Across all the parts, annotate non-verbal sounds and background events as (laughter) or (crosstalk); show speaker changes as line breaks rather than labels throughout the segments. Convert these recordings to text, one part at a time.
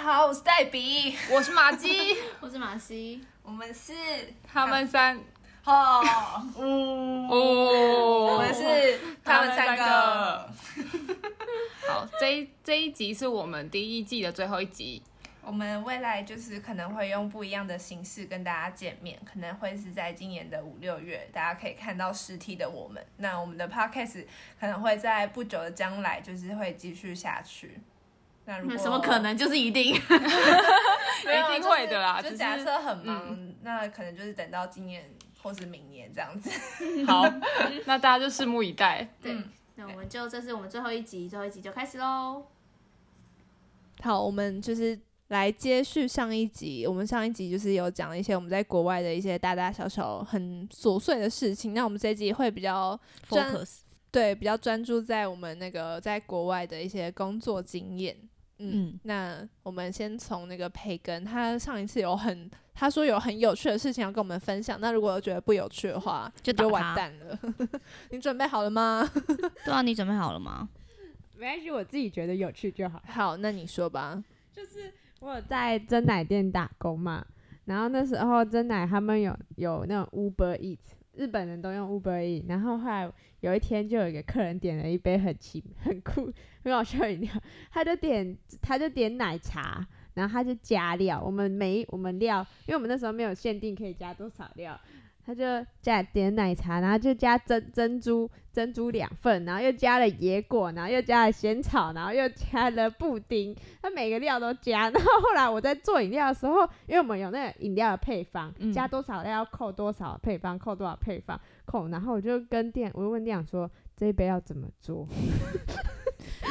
好，我是黛比，
我是马姬，
我是马西，
我们是
他们三
哦，呜，
哦，
我们是他们三个，。
好，这一这一集是我们第一季的最后一集，
我们未来就是可能会用不一样的形式跟大家见面，可能会是在今年的五六月，大家可以看到实体的我们。那我们的 podcast 可能会在不久的将来就是会继续下去。那如果
那怎么可能？就是一定。
没有？啊
一定会的啦
就是
只
就是假设很忙，那可能就是等到今年或是明年这样子。
好，那大家就拭目以待。
对，
嗯
(laughs) 那我们就这是我们最后一集，最后一集就开始喽。
好，我们就是来接续上一集。我们上一集就是有讲一些我们在国外的一些大大小小很琐碎的事情。那我们这一集会比较专对比较专注在我们那个在国外的一些工作经验。嗯，
嗯
那我们先从那个培根，他上一次有很他说有很有趣的事情要跟我们分享。那如果觉得不有趣的话，
就
你就
打
完
他
蛋了。 (laughs) 你准备好了吗？
对啊，你准备好了吗？
没关系，我自己觉得有趣就好。
好，那你说吧。
就是我有在蒸奶店打工嘛，然后那时候蒸奶他们有有那种 Uber Eat，日本人都用 Uber Eat，然后后来有一天就有一个客人点了一杯很奇很酷很好笑的饮料，他就点他就点奶茶。然后他就加料，我们每一我们料，因为我们那时候没有限定可以加多少料，他就加点奶茶，然后就加珍珍珠珍珠两份，然后又加了野果，然后又加了咸草，然后又加了布丁，他每个料都加。然后后来我在做饮料的时候，因为我们有那个饮料的配方，
嗯
加多少料要扣多少配方，扣多少配方扣，然后我就跟店，我就问店长说这一杯要怎么做，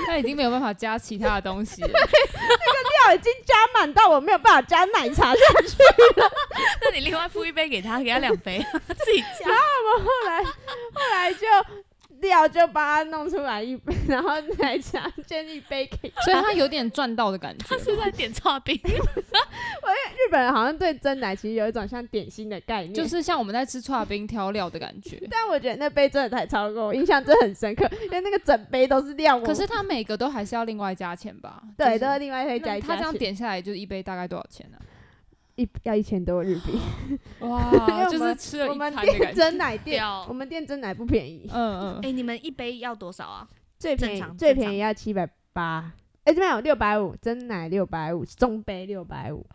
他已经没有办法加其他的东西了。 (laughs)
料已经加满到我没有办法加奶茶下去。
(laughs) 那你另外付一杯给他，给他两 (laughs) 杯，自己加。
后来后来就料就把它弄出来一杯，然后奶茶煎一杯给
所以他有点赚到的感觉
他。是在点差 (laughs) 冰，
日本人好像对蒸奶其实有一种像点心的概念，
就是像我们在吃串冰挑料的感觉，
但我觉得那杯真的太超过，我印象真的很深刻，因为那个整杯都是料，我
可是他每个都还是要另外加钱吧？
对，
就是
都是另外再加
那
一
他
加
这样
钱
点下来就是一杯大概多少钱啊呢、
一要一千多日币，因为
哇，
我
(laughs) 就
们
是吃了
我
一
们
餐的
店
感觉。
(laughs) 蒸奶店
屌，
我们店蒸奶不便宜，
嗯
哎、
嗯，
你们一杯要多少啊？
最
正
便宜
常
最
正
便宜要七百八，哎，这边有六百五，蒸奶六百五，中杯六百五，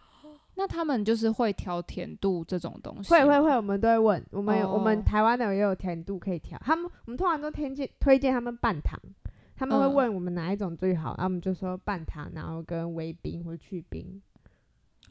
那他们就是会调甜度这种东西，
会会会，我们都会问，我们有、我
哦
们台湾的也有甜度可以调，他们我们通常都推荐推荐他们半糖，他们会
嗯
问我们哪一种最好，然后我们就说半糖，然后跟微冰或去冰，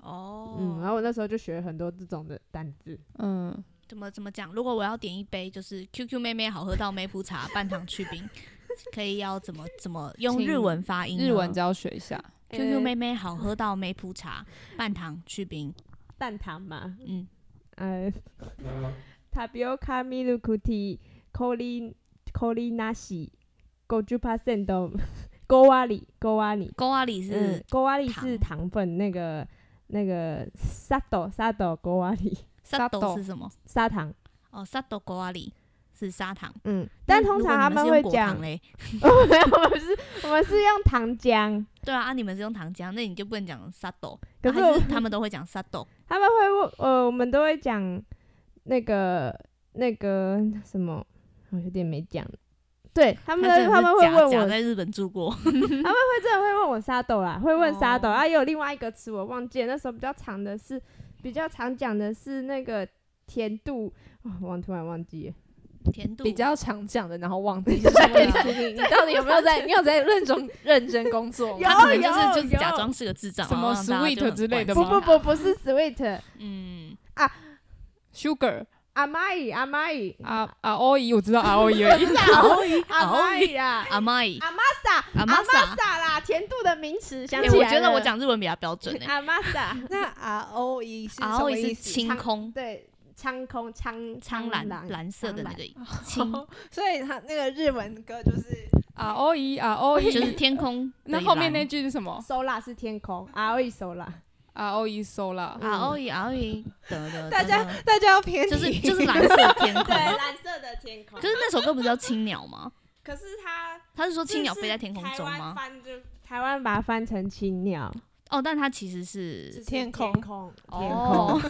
哦
嗯，然后我那时候就学了很多这种的单字，
嗯，
怎么怎么讲？如果我要点一杯，就是 QQ 妹妹好喝到梅普茶半糖去冰， (laughs) 可以要怎么怎么用
请
日文发音呢？
日文教学一
(laughs)
下。
QQ
呃
妹妹好喝到梅普茶半糖去冰，
蛋糖嘛，
嗯，
呃，tapioca milk tea, colin colin nashi, goju percent (laughs) 勾瓦里勾瓦里，
勾阿里
嗯
呃
是，
勾瓦里
糖
是糖粉，那个那个沙豆沙豆勾瓦里。
砂
豆
豆是什么？
(laughs) 砂糖，
哦，砂豆勾阿里是砂糖，
嗯，但通常他
们
会讲，
嘞，
我们 (laughs) 我们是，我们是用糖浆，
对啊，啊你们是用糖浆，那你就不能讲砂豆，
可
啊
是
还
我
是他们都会讲砂豆，
他们会问，呃，我们都会讲那个那个什么，我有点没讲，对他们
真的是
他们会
假
问
假
我，
在日本
(laughs)
住过，
会真的会问我沙豆啦，会问沙豆，
哦
啊，也有另外一个词我忘记了，那时候比较长的是比较常讲的是那个甜度，哦我突然忘记了，
甜度
比较常讲的，然后忘 (laughs) 记是什么意思。你你 (laughs) 到底有没有在？你有在认真认真工作吗？
他可能就
有
是就是
有
假装是个智障，
什么
然后让大家就
sweet
很
之类的
(laughs) 不
吗
关
不
心
不不是 sweet，
嗯，
Sugar
阿玛伊阿玛伊
啊啊，O E 我知道 R O
(laughs)
E 而已。
阿玛伊啦。
阿麦
阿玛莎，
阿玛
玛
莎
莎啦，甜度的名词想
哎，
起
我
来
觉得
了
我讲日文比较标准欸诶，
阿玛莎，
那 R O E 是
然
什
后
么
也
意
是
思？
清空
对，苍空苍
苍蓝
蓝
蓝色的那个青，
哦所以他那个日文歌就是，
R O E R O
哦
就
E，
是天
(laughs)
空的一
那
蓝。
后面那句是什么
Sola 是天空，R O E Sola，
？R O E sola。
啊哦咦啊哦咦，得得，
大家
得得
大家要偏题，
就是
(laughs)
就是蓝色的天空
对，。蓝色的天空
可。是那首歌不是叫青鸟吗？
可是它
他是说青鸟飞在天空中吗？
台湾把它翻成青鸟，
哦，但它其实是
天空
空，
(laughs)
天空，
哦，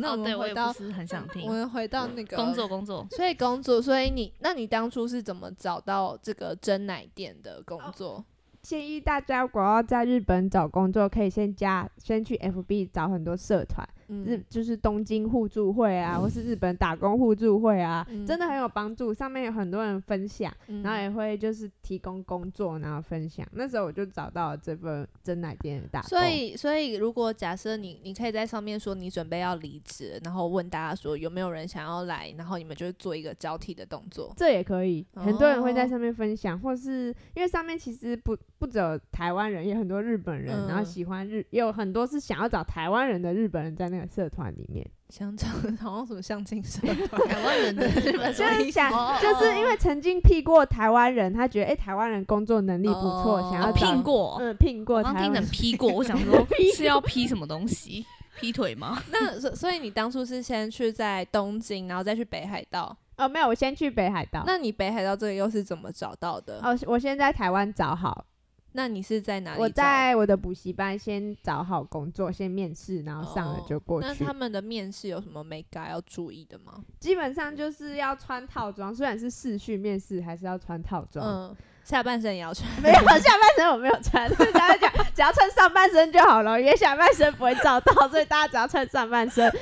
那我
哦，对
们
我
回
也
到、
不是很想
我
听。
们回到那个
工作，工作，
所以工作，所以你那你当初是怎么找到这个真奶店的工作？
建议大家，如果要在日本找工作，可以先加，先去 FB 找很多社团，日
嗯，
就是东京互助会啊，或是日本打工互助会啊，
嗯
真的很有帮助。上面有很多人分享，
嗯
然后也会就是提供工作，然后分享。那时候我就找到了这份真奶店的打工，
所以，所以如果假设你，你可以在上面说你准备要离职，然后问大家说有没有人想要来，然后你们就做一个交替的动作。
这也可以，很多人会
哦
在上面分享，或是因为上面其实不不只有台湾人，也有很多日本人，然后
嗯
喜欢日，也有很多是想要找台湾人的日本人在那个社团里面，
相亲 (laughs) 好像什么相亲
(laughs)
社
台湾人的日本
就是想。
哦
(laughs) 就是因为曾经聘过台湾人，他觉得哎、诶台湾人工作能力不错，
哦
想
哦
要找
聘过，
嗯，聘过
我
台
刚
湾
听
人
成劈过，我想说是要劈什么东西？劈腿吗？
那所所以你当初是先去在东京，然后再去北海道。
哦，没有，我先去北海道。
那你北海道这个又是怎么找到的？
哦，我先在台湾找好，
那你是在哪里找？
我在我的补习班先找好工作，先面试，然后上了就
哦
过
那
去。
他们的面试有什么 make 要注意的吗？
基本上就是要穿套装，虽然是试训面试，还是要穿套装。
嗯，下半身也要穿。
(laughs) 没有下半身我没有穿， (laughs) 所以大家讲只要穿上半身就好了，因为下半身不会照到，所以大家只要穿上半身。
(laughs)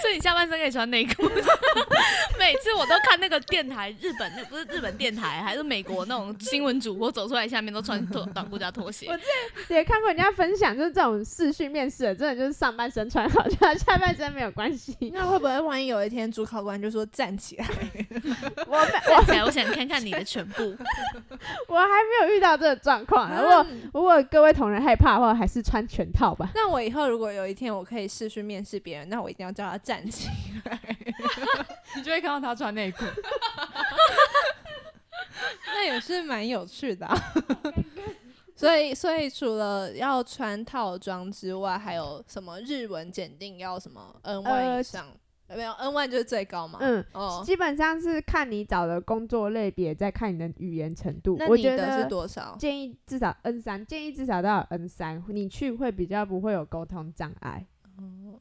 所以你下半身可以穿内裤。 (laughs) 每次我都看那个电台，日本那不是日本电台，还是美国那种新闻主播走出来，下面都穿拖短裤加拖鞋。
我也看过人家分享，就是这种试训面试的，真的就是上半身穿好，就跟下半身没有关
(laughs)
系。
(laughs) 那会不会万一有一天主考官就说站起来？
我没
站起来，我想看看你的全部。
我还没有遇到这个状况
嗯
啊，如果如果各位同仁害怕的话，还是穿全套吧。
那我以后如果有一天我可以试去面试别人，那我一定要叫他站起来。
嗯你就会看到他穿内裤。
(laughs) 那也是蛮有趣的啊、
(laughs)
所以，所以除了要穿套装之外，还有什么日文检定要什么 N 万以
呃
上？呃没有 N 万就是最高嘛。
嗯，
哦，
基本上是看你找的工作类别，再看你的语言程度。
那
我
你
觉
的是
得
多少？
建议至少 N 三，建议至少到 N 三，你去会比较不会有沟通障碍。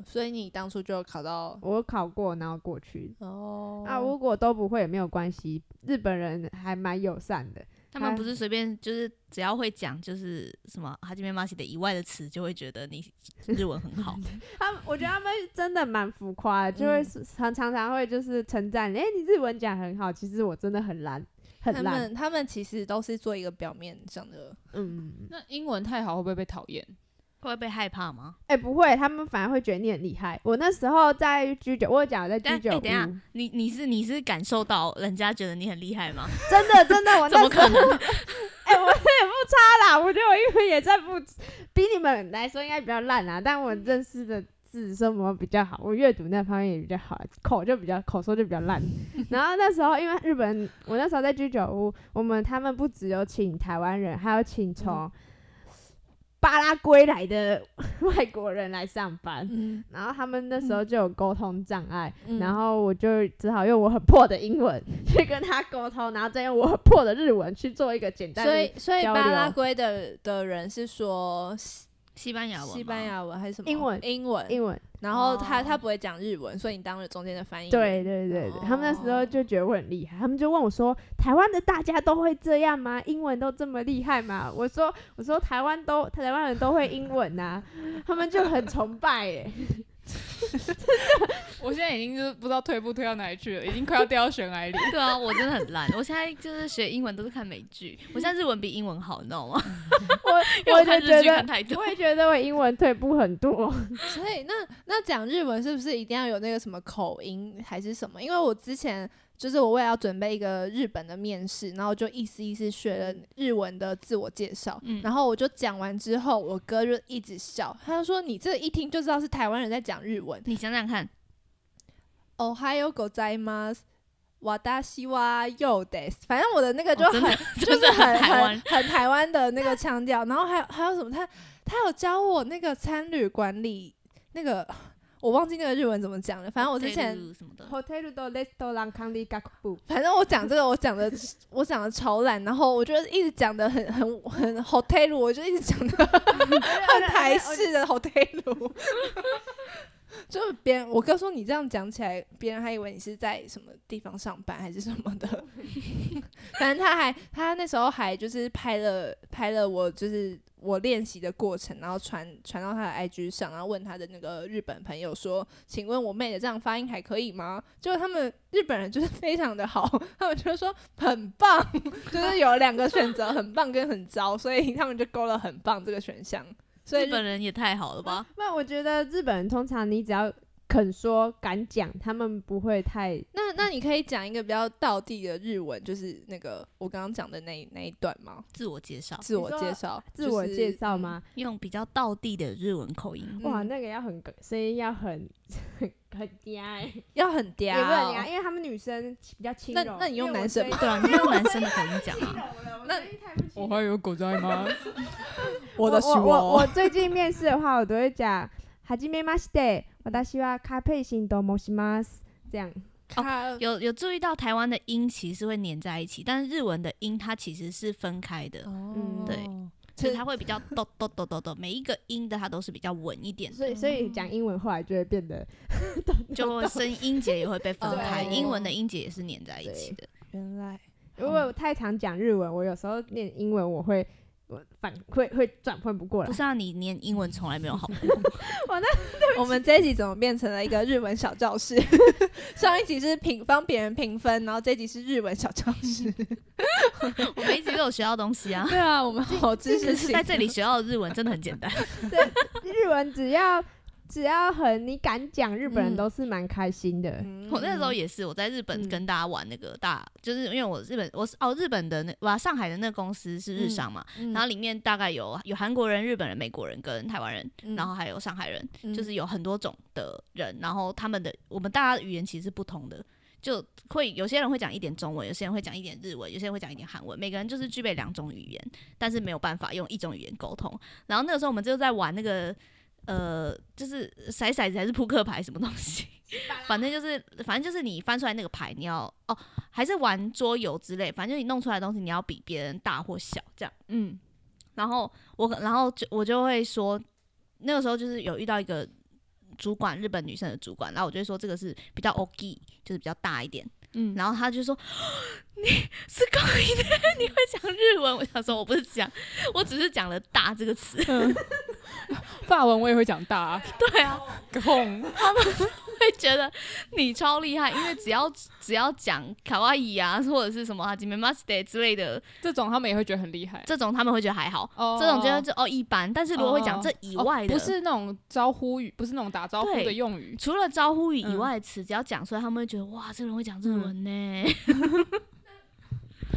所以你当初就考到
我考过，然后过去。
哦
啊，如果都不会也没有关系，日本人还蛮友善的。
他们不是随便就是只要会讲就是什么哈基米马西的以外的词，就会觉
(laughs)
得你日文很好。
他们，我觉得他们真的蛮浮夸
嗯
的，就会是常常常会就是称赞，哎、你日文讲很好，其实我真的很烂，
他
很烂。
们他们其实都是做一个表面上的，
嗯，
(laughs) 那英文太好会不会被讨厌？
会被害怕吗？
哎、不会，他们反而会觉得你很厉害。我那时候在居酒，我有讲我在居
但
酒
哎
屋，
等一下你你是你是感受到人家觉得你很厉害吗？
真的
(laughs)
真的，我
怎么
那时候
可能？
(laughs) 哎、我也不差啦，我觉得我英文也在不比你们来说应该比较烂啦，但我认识的字什么比较好，我阅读那方面也比较好，口就比较口说就比较烂。然后那时候因为日本，我那时候在居酒屋，我们他们不只有请台湾人，还有请从
嗯
巴拉圭来的 (laughs) 外国人来上班。
嗯，
然后他们那时候就有沟通障碍，
嗯
然后我就只好用我很破的英文去跟他沟通，然后再用我很破的日文去做一个简单的。
所以所以
交
巴
流
拉圭的的人是说
西班牙文吗，
西班牙文还是什么
英文
英文，
英文，
然后他、
哦
他不会讲日文，所以你当了中间的翻译员。
对对对对，他们那时候
哦
就觉得我很厉害，他们就问我说：“台湾的大家都会这样吗？英文都这么厉害吗？”我说：“我说台湾都台湾人都会英文呐、他们就很崇拜耶、
(laughs)
我现在已经就是不知道退步退到哪里去了，已经快要掉到悬 (laughs) 崖里。
对啊，我真的很烂。我现在就是学英文都是看美剧，我现在日文比英文好，你知道吗？ (laughs) 因
我
为
我
看
就
日
觉
剧看
得。
太多
我。也觉得我英文退步很
(laughs)
多， (laughs)
所以那那讲日文是不是一定要有那个什么口音还是什么？因为我之前就是我为了要准备一个日本的面试，然后就一丝一丝学了日文的自我介绍，
嗯
然后我就讲完之后，我哥就一直笑，他就说你这一听就知道是台湾人在讲日文。
你想想看，
哦，还有狗仔吗？瓦达西哇又得，反正我的那个 (laughs) 就
哦
很、
真的
(laughs) 就
(laughs) 真
是
的
很
很台湾
很很台湾的那个腔调。然后还有还有什么？他他有教我那个参旅管理那个。 (sighs) 我忘记那个日文怎么讲了，反正我之前。
什么的，
hotel do resto lang k a n d i g a k b u
反正我讲这个，我讲的我讲的超烂，然后我就一直讲的很很很 hotel，我就一直讲的很台式的 hotel，就是别人我哥说你这样讲起来，别人还以为你是在什么地方上班还是什么的。反正他还他那时候还就是拍了拍了我就是我练习的过程，然后传传到他的 IG 上，然后问他的那个日本朋友说：“请问我妹的这样发音还可以吗？”结果他们日本人就是非常的好，他们就说很棒，就是有两个选择，很棒跟很糟，所以他们就勾了很棒这个选项。所以
日本人也太好了吧？
那我觉得日本人通常你只要肯说敢讲，他们不会太
那那你可以讲一个比较道地的日文，就是那个我刚刚讲的那一那一段吗？
自我介绍，
自我
哦说
介绍，
自我
就是
介绍吗？
用比较道地的日文口音，
哇，
嗯
那个要很 (laughs) 声音要很很嗲哎、欸，
要很嗲、
也
哦，
不能嗲，因为他们女生比较轻柔
那。那你用
因为我
男生
声音
对啊，你用男生的口音讲啊。
那
我还有狗在吗？
我
我的
我我我最近面试的话，我都会讲はじめまして、私はカーペイシンと申します。这样，
他
有有注意到台湾的音其实会粘在一起，但是日文的音它其实是分开的，
哦
嗯
对，所以它会比较哆哆哆哆哆，每一个音的它都是比较稳一点的，
所以所以讲英文后来就会变得
就会声音节也会被分开，
哦对
英文的音节也是粘在一起的。
原来
如果我太常讲日文，我有时候念英文我会我反会会转换不过来
不。是啊，你念英文从来没有好过，
我们这一集怎么变成了一个日文小教室？ (laughs) 上一集是评帮别人评分，然后这一集是日文小教室。
(laughs) 我们一直都有学到
(laughs)
东西啊。
对啊，我们好知识
只是
性
(laughs) 在。这里学到的日文真的很简
(laughs)
单，
日文只要只要很你敢讲，日本人
嗯
都是蛮开心的。
嗯
我那时候也是，我在日本
嗯
跟大家玩那个大，就是因为我日本我是哦日本的那哇上海的那个公司是日商嘛，
嗯
然后里面大概有有韩国人、日本人、美国人跟台湾人，
嗯
然后还有上海人，
嗯
就是有很多种的人，然后他们的我们大家的语言其实是不同的。就会有些人会讲一点中文，有些人会讲一点日文，有些人会讲一点韩文，每个人就是具备两种语言，但是没有办法用一种语言沟通。然后那个时候我们就在玩那个呃，就是骰骰子还是扑克牌什么东西，反正就是反正就是你翻出来那个牌，你要哦，还是玩桌游之类，反正就是你弄出来的东西你要比别人大或小这样。
嗯，
然后我可然后就我就会说，那个时候就是有遇到一个主管，日本女生的主管，然后我就会说这个是比较 OK，就是比较大一点。
嗯
然后他就说你是高一点， (laughs) 你会讲日文？我想说我不是讲，我只是讲了“大”这个词。 (laughs)
嗯
(laughs) 法文我也会讲大、啊， (laughs)
对啊，
控
会觉得你超厉害，因为只要只要讲卡哇伊啊，或者是什么哈吉梅马斯德之类的，
这种他们也会觉得很厉害。
这种他们会觉得还好，
哦
这种就就哦一般。但是如果会讲这以外的，
哦不是那种招呼语，不是那种打招呼
对
的用语。
除了招呼语
嗯
以外的词，只要讲出来，他们会觉得哇，这个人会讲日文呢。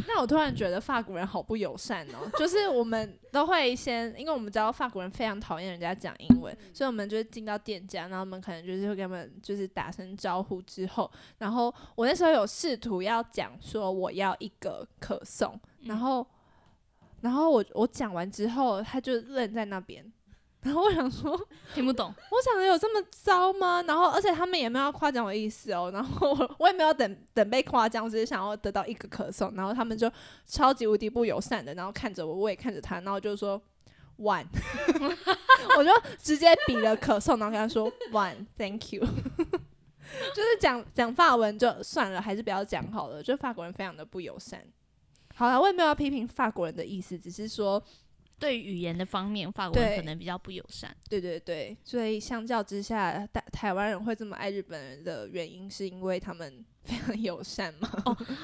那我突然觉得法国人好不友善哦，就是我们都会先，因为我们知道法国人非常讨厌人家讲英文，所以我们就是进到店家，然后我们可能就是会跟他们就是打声招呼之后，然后我那时候有试图要讲说我要一个可颂，然后然后我我讲完之后，他就愣在那边。 (laughs) 然后我想说，我
听不懂，
讲的有这么糟吗？然后，而且他们也没有要夸奖我的意思哦。然后我 (laughs) 我也没有等等被夸奖，我只是想要得到一个咳嗽。然后他们就超级无敌不友善的，然后看着我，我也看着他，然后就说 one，我就直接比了咳嗽，然后跟他说 one，thank you。就是讲讲法文就算了，还是不要讲好了。就法国人非常的不友善。好了，我也没有要批评法国人的意思，只是说，
对于语言的方面，法国人
对
可能比较不友善。
对对对，所以相较之下，台台湾人会这么爱日本人的原因，是因为他们 (laughs) 非常友善嘛？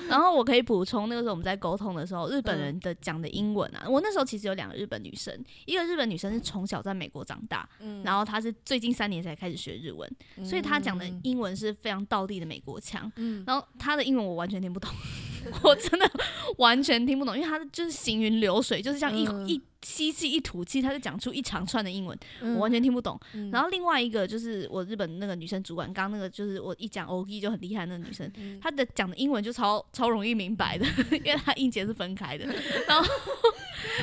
然后我可以补充，那个时候我们在沟通的时候，日本
嗯
人的讲的英文啊，我那时候其实有两个日本女生，一个日本女生是从小在美国长大，
(laughs) 嗯
然后她是最近三年才开始学日文，所以她讲的英文是非常道地的美国腔。
嗯
然后她的英文我完 (laughs) 全听不懂，我真的完全听不懂，因为她就是行云流水，就是像一、
嗯
一吸气一吐气，他就讲出一长串的英文，
嗯
我完全听不懂。
嗯
然后另外一个就是我日本那个女生主管，刚刚那个就是我一讲 OG 就很厉害那个女生，
嗯
她的讲的英文就超超容易明白的，因为她音节是分开的，
(laughs)
然后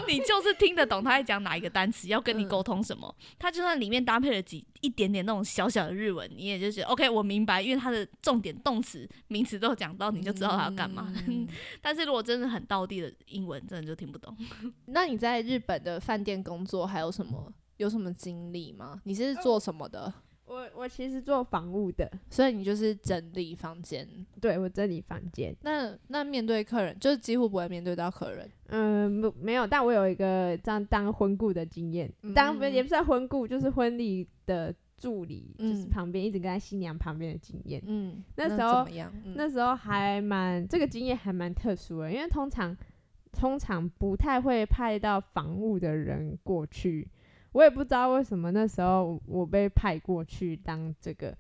你就是听得懂她在讲哪一个单词，要
嗯
跟你沟通什么。她就算里面搭配了几一点点那种小小的日文，你也就觉得 OK，我明白，因为她的重点动词、名词都有讲到，你就知道她要干嘛。
嗯 (laughs)
但是如果真的很道地的英文，真的就听不懂。
那你在日本的饭店工作还有什么有什么经历吗？你是做什么的？
我我其实做房务的， (laughs)
所以你就是整理房间。
对我整理房间。
那那面对客人，就是几乎不会面对到客人。
嗯，不没有，但我有一个这样当婚顾的经验，当
嗯
也不算婚顾，就是婚礼的助理，就是
嗯
旁边一直跟在新娘旁边的经验。
嗯，
那时
怎
候
么样？嗯
那时候还蛮这个经验还蛮特殊的，因为通常通常不太会派到房务的人过去，我也不知道为什么那时候我被派过去当这个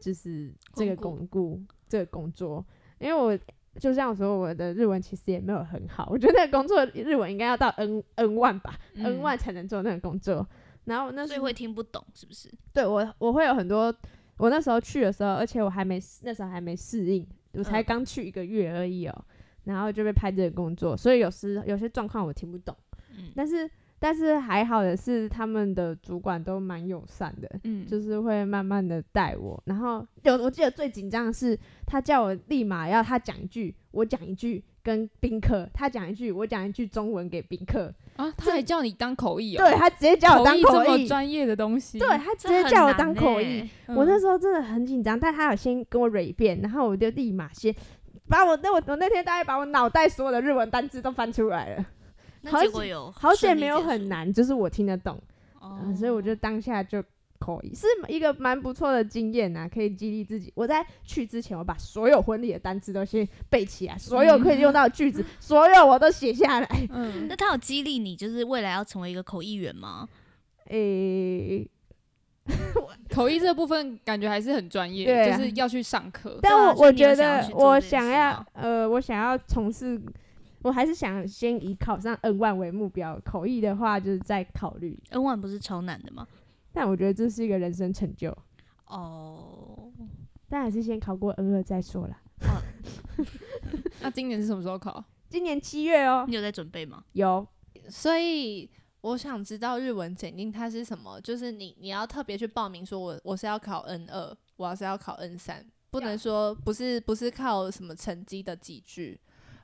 就是这个
公
巩固这个工作，因为我。就像我说，我的日文其实也没有很好，我觉得那个工作日文应该要到 N N 万吧、n 万才能做那个工作。然后我那
所
时
以
候
会听不懂，是不是？
对我，我会有很多。我那时候去的时候，而且我还没那时候还没适应，我才
嗯
刚去一个月而已哦、然后就被派这个工作，所以有时有些状况我听不懂，
嗯，
但是但是还好的是他们的主管都蛮友善的，
嗯，
就是会慢慢的带我。然后有我记得最紧张的是，他叫我立马要他讲一句，我讲一句跟宾客，他讲一句，我讲一句中文给宾客，
啊，他还叫你当口译哦，
对他直接叫我当
口译这
口
么
译，
专业的东西，
对他直
这
接
很
叫我
难
当口译
欸。
嗯，
我那时候真的很紧张，但他有先跟我蕊一遍，然后我就立马先把我那我我那天大概把我脑袋所有的日文单词都翻出来了，好
那结
险
果有
好
哦顺
险
利
没有
结束
很，难，就是我听得懂，
哦
嗯所以我就当下就口译，是一个蛮不错的经验呐、可以激励自己。我在去之前，我把所有婚礼的单词都先背起来，所
嗯
有可以用到的句子，所有我都写下来。 (laughs)
嗯，
那他有激励你，就是未来要成为一个口译员吗？
诶、
口译这部分感觉还是很专
对
业，
啊
就是要去上课。
但
啊所
我
以
我
你有
觉
想要
得
去做这
我
件
想
事
要
吗
呃，我想要从事，我还是想先以考上 N 万为目标。口译的话，就是在考虑，
N 1不是超难的吗？
但我觉得这是一个人生成就，
哦，
但还是先考过 N 二再说啦。
那今年是什么时候考？
今年七月哦，
你有在准备吗？
有
所以我想知道日文检定它是什么，就是你你要特别去报名，说我我是要考 N 二，我要是要考 N 三，不能说不是不是靠什么成绩的几句。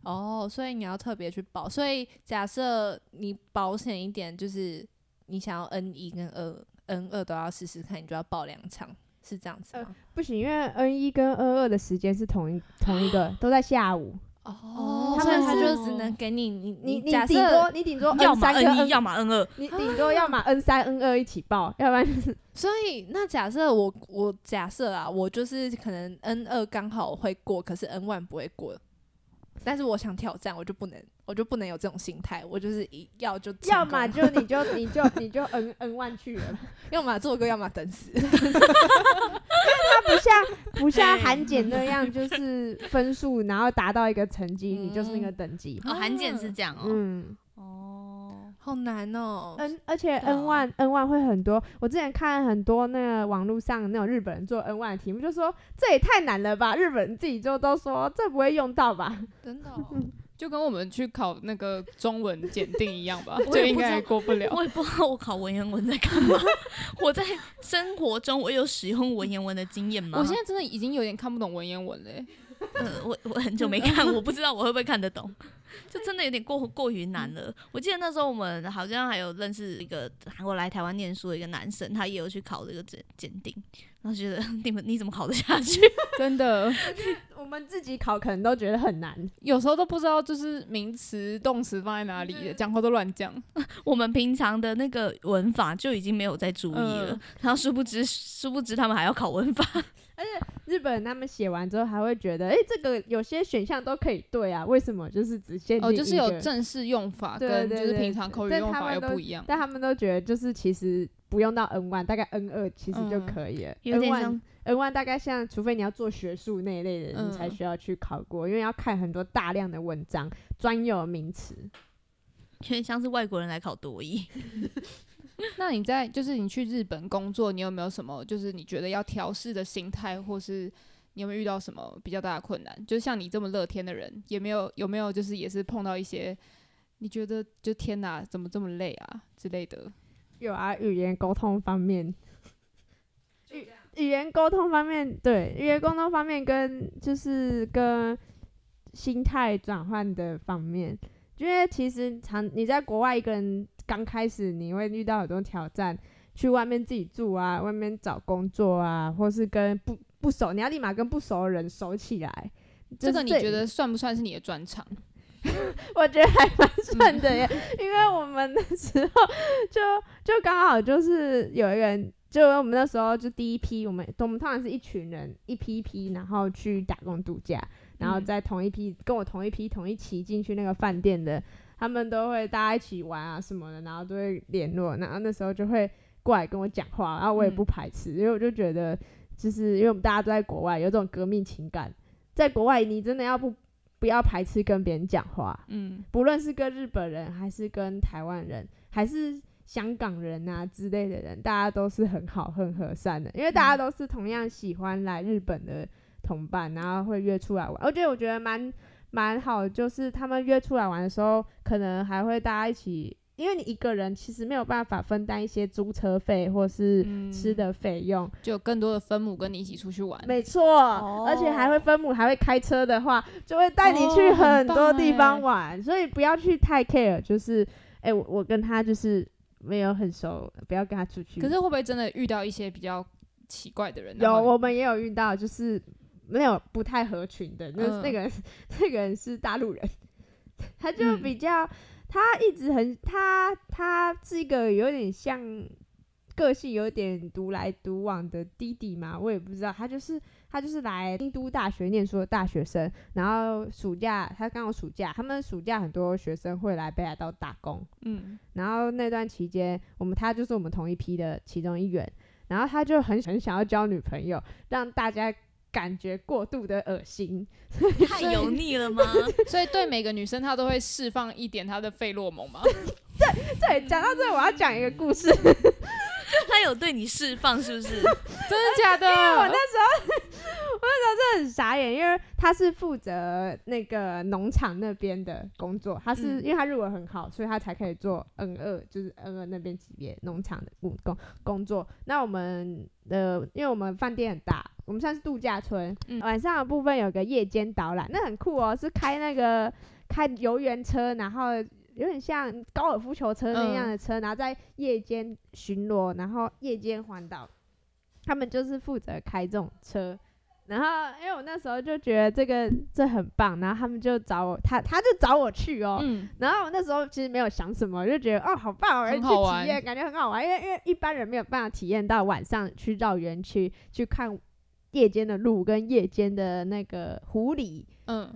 哦，所以你要特别去报。所以假设你保险一点，就是你想要 N 一跟二 N 二都要试试看，你就要报两场，是这样子吗？
不行，因为 N 一跟 N 二的时间是同一同一个，都在下午。
哦，
他
所以
们
他
是
就只能给你你
你你
假
顶
设
多，你顶多
要么
N 哦三跟
N 一，
N，哦
要么 N 2
你顶多要么 N 三 N 二一起报，要不然就是
所以，那假设我我假设啊，我就是可能 N 二刚好会过，可是 N one 不会过。但是我想挑战，我就不能，我就不能有这种心态，我就是一要就成
要
功
么就你就你就你就 N (laughs) N 万去了。
要么做歌， (laughs) 要么等死。
不像不像韩检那样，就是分数，然后达到一个成绩，
嗯
你就是那个等级。
哦，韩检是这样哦。
嗯
哦，啊
好难哦。
，N 而且
真的
N
哦
one N one 会很多。我之前看很多那个网络上那种日本人做 N one 的题目，就说这也太难了吧，日本人自己就都说这不会用到
(laughs)，
吧。
真的、哦
就跟我们去考那个中文检定一样吧
我也
就
不
应
知道
该过不了。
哦我也不知道我考文言文在干嘛。 (laughs) 我在生活中我有使用文言文的经验吗？
我现在真的已经有点看不懂文言文嘞，
呃，我我很久没看，我不知道我会不会看得 (laughs) 懂，就真的有点过过于难了。我记得那时候我们好像还有认识一个韩国来台湾念书的一个男生，他也有去考这个检检定，然后觉得 (laughs) 你们你怎么考得下去？ (laughs)
真
(laughs)
的，
我们自己考可能都觉得很难，
有时候都不知道就是名词、动词放在哪里，讲话都乱讲。
我们平常的那个文法就已经没有在注意了，
嗯
然后殊不知殊不知他们还要考文法，
日本人他们写完之后还会觉得，哎、这个有些选项都可以对啊，为什么就是只限定
哦，就是
一
有
个
正式用法
对
跟就
对
是
对
平常口语
但
用
他
法
们
又
都
不一样。
但他们都觉得就是其实不用到 N 1大概 N 二其实就
嗯
可以了。
有点
N
像
1 N 1大概像，除非你要做学术那一类的，你才
嗯
需要去考过，因为要看很多大量的文章、专有名词。
有点像是外国人来考多 (laughs) 语。
那你在就是你去日本工作，你有没有什么就是你觉得要调试的心态，或是你有没有遇到什么比较大的困难？就是像你这么乐天的人，也没有有没有就是也是碰到一些你觉得就天哪，怎么这么累啊之类的？
有啊，语言沟通方面，语语言沟通方面，对语言沟通方面跟就是跟心态转换的方面，因为其实常你在国外一个人刚开始，你会遇到很多挑战，去外面自己住啊，外面找工作啊，或是跟不不熟，你要立马跟不熟的人熟起来。
这
就是
个你觉得算不算是你的专长？
我觉得还蛮顺的耶，因为我们那时候就就刚好就是有一个人，就我们那时候就第一批，我们我们通常是一群人，一批一批，然后去打工度假，然后
嗯
再同一批跟我同一批同一期进去那个饭店的，他们都会大家一起玩啊什么的，然后都会联络，然后那时候就会过来跟我讲话，然后我也
嗯
不排斥，因为我就觉得就是因为我们大家都在国外，有种革命情感，在国外你真的要不。不要排斥跟别人讲话，
嗯，
不论是跟日本人，还是跟台湾人，还是香港人啊之类的人，大家都是很好、很和善的，因为大家都是同样喜欢来日本的同伴，然后会约出来玩。而且我觉得蛮蛮好，就是他们约出来玩的时候，可能还会大家一起，因为你一个人其实没有办法分担一些租车费或是吃的费用，
就有更多的分母跟你一起出去玩。哦
没错，而且还会分母，还会开车的话，就会带你去
哦很
很多
棒
地
哎
方玩，所以不要去太 care，就是，哎、我我跟他就是没有很熟，不要跟他出去。
可是会不会真的遇到一些比较奇怪的人？然
有
后
我们也有遇到，就是没有不太合群的，那、
嗯
那个人那个人是大陆人，他就
嗯
比较，他一直很他他是一个有点像个性有点独来独往的弟弟嘛，我也不知道，他就是他就是来京都大学念书的大学生，然后暑假他刚好暑假，他们暑假很多学生会来北海道打工，
嗯，
然后那段期间，我们他就是我们同一批的其中一员，然后他就很很想要交女朋友，让大家感觉过度的恶心。 (laughs)
太油腻了吗？ (laughs)
所以对每个女生她都会释放一点她的费洛蒙 (laughs) 嘛。
对，讲到这，我要讲一个故事。
他有对你释放是不 (laughs) 是？
真的假
(laughs)
的？我
很傻眼，因为他是负责那个农场那边的工作，他是、因为他日文很好，所以他才可以做 N 二，就是 N 二那边级别农场的务工工作。那我们呃，因为我们饭店很大，我们算是度假村，
嗯
晚上的部分有个夜间导览，那很酷哦，是开那个开游园车，然后。有点像高尔夫球车那样的车，然后在夜间巡逻，然后夜间环岛，他们就是负责开这种车。然后，因为我那时候就觉得这个这很棒，然后他们就找我，他他就找我去哦。
嗯，
然后我那时候其实没有想什么，就觉得哦，好棒哦，
很
去
好玩
体验，感觉很好玩。因为因为一般人没有办法体验到晚上去绕园区去看夜间的路跟夜间的那个狐狸，
嗯，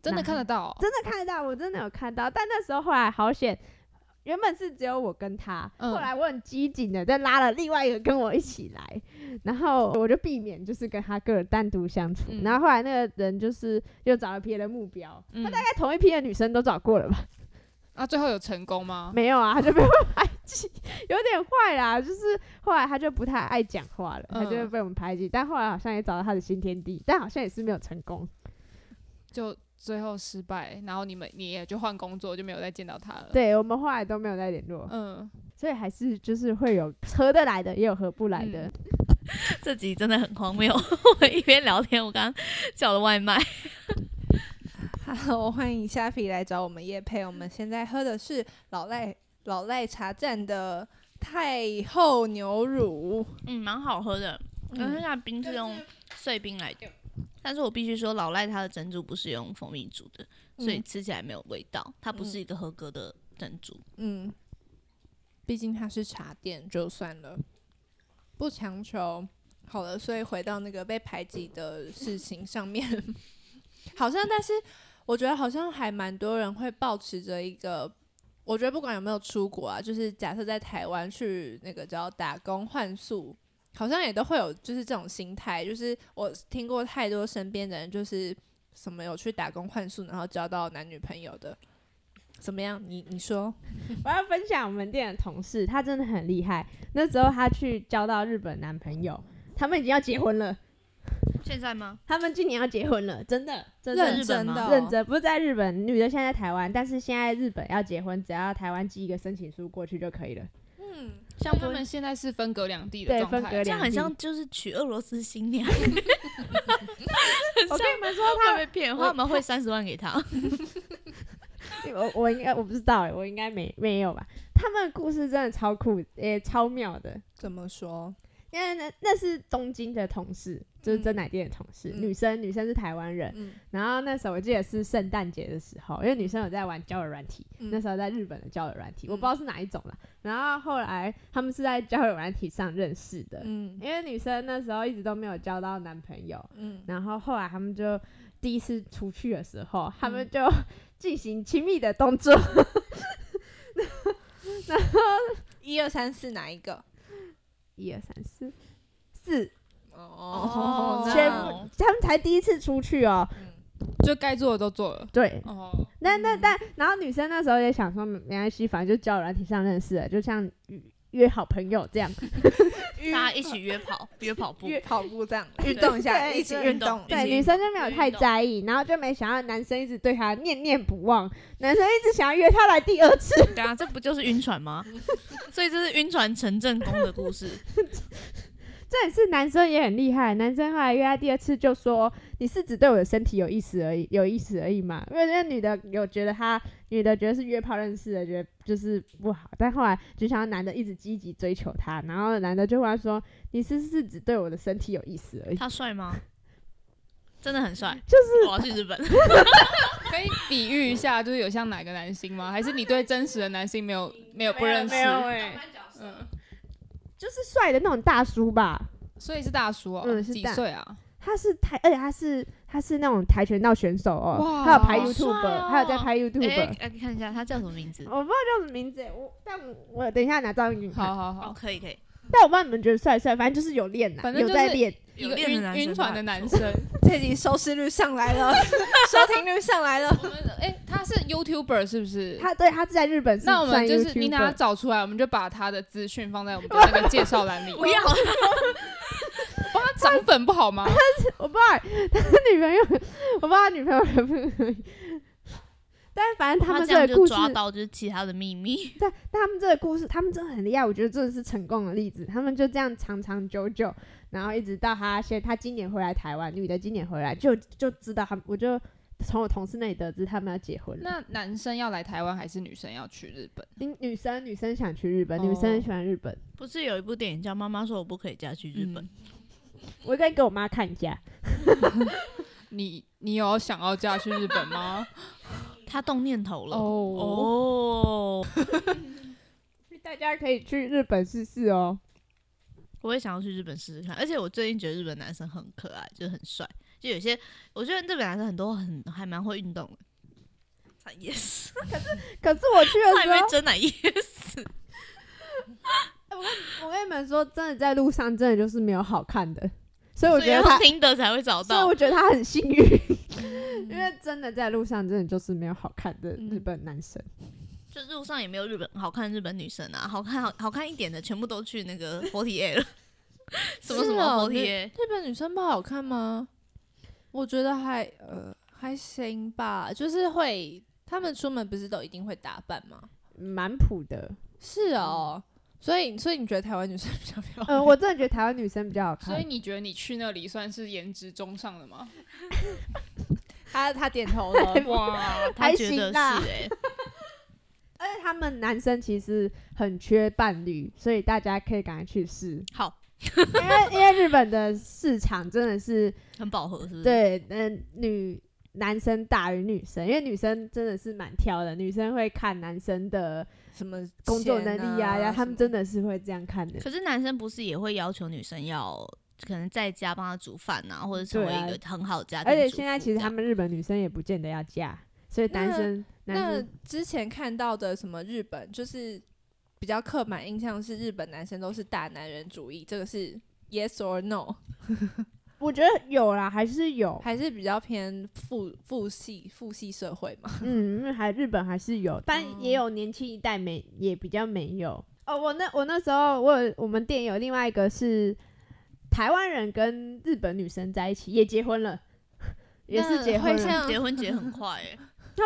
真的
那
看得到哦、
真的看得到，我真的有看到。但那时候后来好险，原本是只有我跟他，
嗯
后来我很机警的再拉了另外一个跟我一起来，然后我就避免就是跟他个人单独相处。
嗯
然后后来那个人就是又找了别的目标，
嗯
他大概同一批的女生都找过了吧？
啊，最后有成功吗？
没有啊，他就被我排挤，有点坏啦。就是后来他就不太爱讲话了，他就会
嗯
被我们排挤。但后来好像也找到他的新天地，但好像也是没有成功。
嗯就最后失败，然后你们你也就换工作，就没有再见到他了。，
对我们后来都没有再联络。
嗯，
所以还是就是会有合得来的，也有合不来的。
嗯
这集真的很荒谬。 (laughs) 我一边聊天，我刚刚叫了外卖。
Hello，欢迎虾皮来找我们叶配。我们现在喝的是老赖老赖茶站的太后牛乳，
嗯，蛮好喝的。
嗯
但是它的冰是用碎冰来的，但是我必须说，老赖它的珍珠不是用蜂蜜煮的，所以
嗯
吃起来没有味道。它不是一个合格的珍珠。
嗯，毕竟它是茶店，就算了，不强求。好了，所以回到那个被排挤的事情上面， (laughs) 好像但是我觉得好像还蛮多人会保持着一个，我觉得不管有没有出国啊，就是假设在台湾去那个叫打工换宿。好像也都会有就是这种心态，就是我听过太多身边的人就是什么有去打工换宿，然后交到男女朋友的，
怎么样？你你说，
我要分享我们店的同事，她真的很厉害。那时候她去交到日本男朋友，他们已经要结婚了，
现在吗？
他们今年要结婚了，真的，真的，
日本
真
吗
的哦，
认真，不是在日本，女的现在在台湾，但是现在日本要结婚，只要台湾寄一个申请书过去就可以了。
嗯，
像他们现在是分隔两地的
对，
状态，
分隔
这样
两
很
地。
像就是娶俄罗斯新 (laughs) 娘，
我跟你们说，
会被骗，他们会三十万给他。
他我我应该我不知道哎，我应该没没有吧？他们的故事真的超酷，也、超妙的。
怎么说？
因为那那是东京的同事，就是真奶店的同事，
嗯
女生女生是台湾人。
嗯
然后那时候我记得是圣诞节的时候，因为女生有在玩交友软体，
嗯
那时候在日本的交友软体，我不知道是哪一种啦。然后后来他们是在交友软体上认识的，
嗯
因为女生那时候一直都没有交到男朋友，
嗯，
然后后来他们就第一次出去的时候，他
嗯
们就 (laughs) 进行亲密的动作，
一二三四哪一个？
一二三四四，
哦嗯
那
全部他们才第一次出去哦，
就该做的都做了。
对，
哦，
那那但然后女生那时候也想说没关系，反正就交友软体上认识的，就像约约好朋友 (laughs) 这样，
大家一起 (laughs) 约跑，约跑步，
约跑步这样
(laughs)
运动一下，
对
一起
对
运动。
对，
一起
女生就没有太在意，然后就没想到男生一直对她念念不忘，男生一直想要约她来第二次，
对啊，这不就是晕船 (laughs) 吗？所以这是晕船成正宫的故 (laughs) 事。
这也是男生也很厉害，男生后来约她第二次就说：“你是只对我的身体有意思而已，有意思而已嘛。”因为那女的有觉得她女的觉得是约炮认识的，觉得就是不好，但后来就想要男的一直积极追求她，然后男的就问她说：“你是不是只对我的身体有意思而已
他帅吗？真的很 (laughs) 帅，
就是
我要去日本。
可以比喻一下，就是有像哪个男星
(laughs)
吗？还是你对真实的男星没有没有？”不认识
没？有哎、
嗯，
就是帅的那种大叔吧。
所以是大叔哦，
嗯是
几
大
岁啊？
他是台，而且他是他是那种跆拳道选手哦
哇，
他有拍
好
YouTube，、
帅哦
他有在拍
(laughs)
YouTube，、
哎、哎看一下他叫什么名字？
我不知道叫什么名字，欸我但我我等一下拿照片给你看。
好好
哦，
(laughs) 好，
可以可以，
但我不知道你们觉得帅不帅，反正就是有练呐、啊
反正
有
就是
在练。
一个
有恋
晕
的男生
晕船的男 (laughs) 生。
这集收视率上来 (laughs) 了，收听率上来了。
我们哎、他是 YouTuber 是不是？
他对他是在日本是
那我
算
们就是
YouTuber
你把他找出来，我们就把他的资讯放在我们的那个介绍栏 (laughs) 里。
不要，
帮他涨粉不好吗？
(laughs) 我不知道欸他的女朋友，我不知道他女朋友可不可以。但反正他
他
们
这
这
样就
个故事，
抓到就是其他的秘密。 (laughs)
但但他们这个故事，他们真的很厉害，我觉得真的是成功的例子。他们就这样长长久久，然后一直到他现他今年回来台湾，女的今年回来就就知道他们，我就从我同事那里得知他们要结婚了。
(laughs) 那男生要来台湾还是女生要去日本？
女女生女生想去日本，
哦
女生很喜欢日本。
不是有一部电影叫《妈妈说我不可以嫁去日本》
嗯
我应该给我妈看一下，
你你有想要嫁去日本吗？
(laughs) 他动念头
(laughs)
了。
哦，
哦，
大家可以去日本试试哦。
我也想要去日本试试看，而且我最近觉得日本男生很可爱，就是很帅，就有些我觉得日本男生很多很还蛮会运动的。他也
(laughs)
是，
可是我去
他
的
还 (laughs)
时候
没，真奶噎死。
我跟你们说，真的在路上真的就是没有好看的，所以我
所以
觉
要
得他，
听的才会找
所以
到嗯
我。觉得他很幸运，因为真的在路上真的就是没有好看的日本男生。
就路上也没有日本好看的日本女生啊，好看好好看一点的全部都去那个 Forty A 了， (laughs) 什么什
是哦
么 Forty
你
A，
日本女生不好看吗？我觉得还呃还行吧，就是会他们出门不是都一定会打扮吗？
蛮普的，
是哦，所以所以你觉得台湾女生比较
哦
漂亮？
嗯，我真的觉得台湾女生比较好
所
看
以。你觉得你去那里算是颜值中上的吗？
他他点头 (laughs) 了，
哇，他
还
觉得
行啦
是哎、
而且他们男生其实很缺伴侣，所以大家可以赶快去
(laughs)
试，
好，
因为因为日本的市场真的是
很饱和是不是？，
对，嗯、女男生大于女生，因为女生真的是蛮挑的，女生会看男生的
什么
工作能力
呀、
啊，然后他们
什
真的是会这样看的。
可是男生不是也会要求女生要可能在家帮他煮饭啊，或者成为
对啊
一个很好的家庭
而
主妇这样、
且现在其实他们日本女生也不见得要嫁，所以男
那
生
么
男
那
生
之前看到的什么日本，就是比较刻板印象是日本男生都是大男人主义，这个是 yes or no？
我觉得有啦，还是
(laughs)
有，
还是比较偏父父系父系社会嘛。
嗯，因为还日本还是有，但也有年轻一代没也比较没有。哦，我那我那时候我有我们店有另外一个是台湾人跟日本女生在一起，也结婚了， (laughs) 也是结
会
婚了。
像 (laughs)
结婚结
(laughs)
很快哎、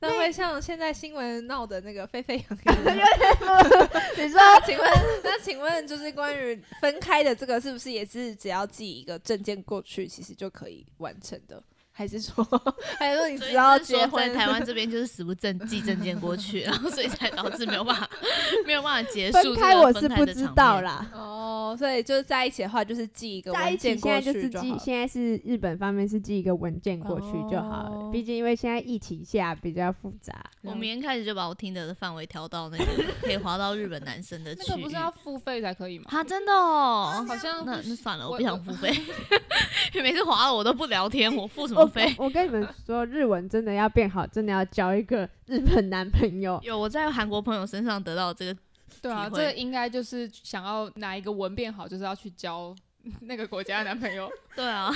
那会像现在新闻闹的那个沸沸
(laughs)
扬扬吗。
你说
那请问，那请问就是关于分开的这个，是不是也是只要寄一个证件过去，其实就可以完成的？还是说， (laughs) 还是说你
所
只
以
要
就是
结
说
婚
在台湾这边就是死不正寄证件过去，然后所以才导致没有
(laughs)
办法没有办法结束这
分
个
开我是
分开
不
的
知
场
道
面。
啦，
哦，所以就是在一起的话，就是寄一个
在一
文
起
件
现
过
在
去
就是
好
寄，
了。
现在是日本方面是寄一个文件过去就好了。
哦
毕竟因为现在疫情下比较复杂，
我明天开始就把我听的范围调到那
(laughs)
个可以滑到日本男生的
那
区
个不
域
是。要付费才可以吗？
啊，真的哦，
好像
那
不
那算了，我
我
不想付费。 (laughs) 因为每次滑了我都不聊天，我付什
我
么费？ (laughs)
我我跟你们说，日文真的要变好，真的要交一个日本男朋友。
有我在韩国朋友身上得到这个，
对啊，
体
这个
会
应该就是想要哪一个文变好，就是要去交 (laughs) 那个国家的男朋 (laughs) 友。
对啊，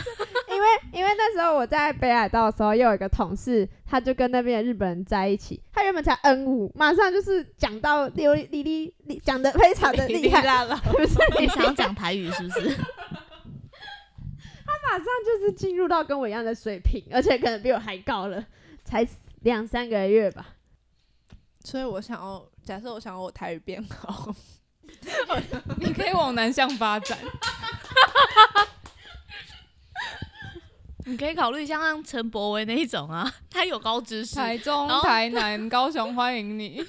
因为那时候我在北海道的时候，又有一个同事，他就跟那边的日本人在一起，他原本才 N 五，马上就是讲到流哩哩哩，讲的非常
(laughs)
的厉害， (laughs) 不是
你想要讲台语是不是？
马上就是进入到跟我一样的水平，而且可能比我还高了，才两三个月吧。
所以我想要，假设我想要我台语变好，
(laughs)
你可以往南向发展，
(laughs) 你可以考虑一下像陈柏威那一种啊， (laughs) 他有高知识，
台中
然后、
台南、高雄欢迎你。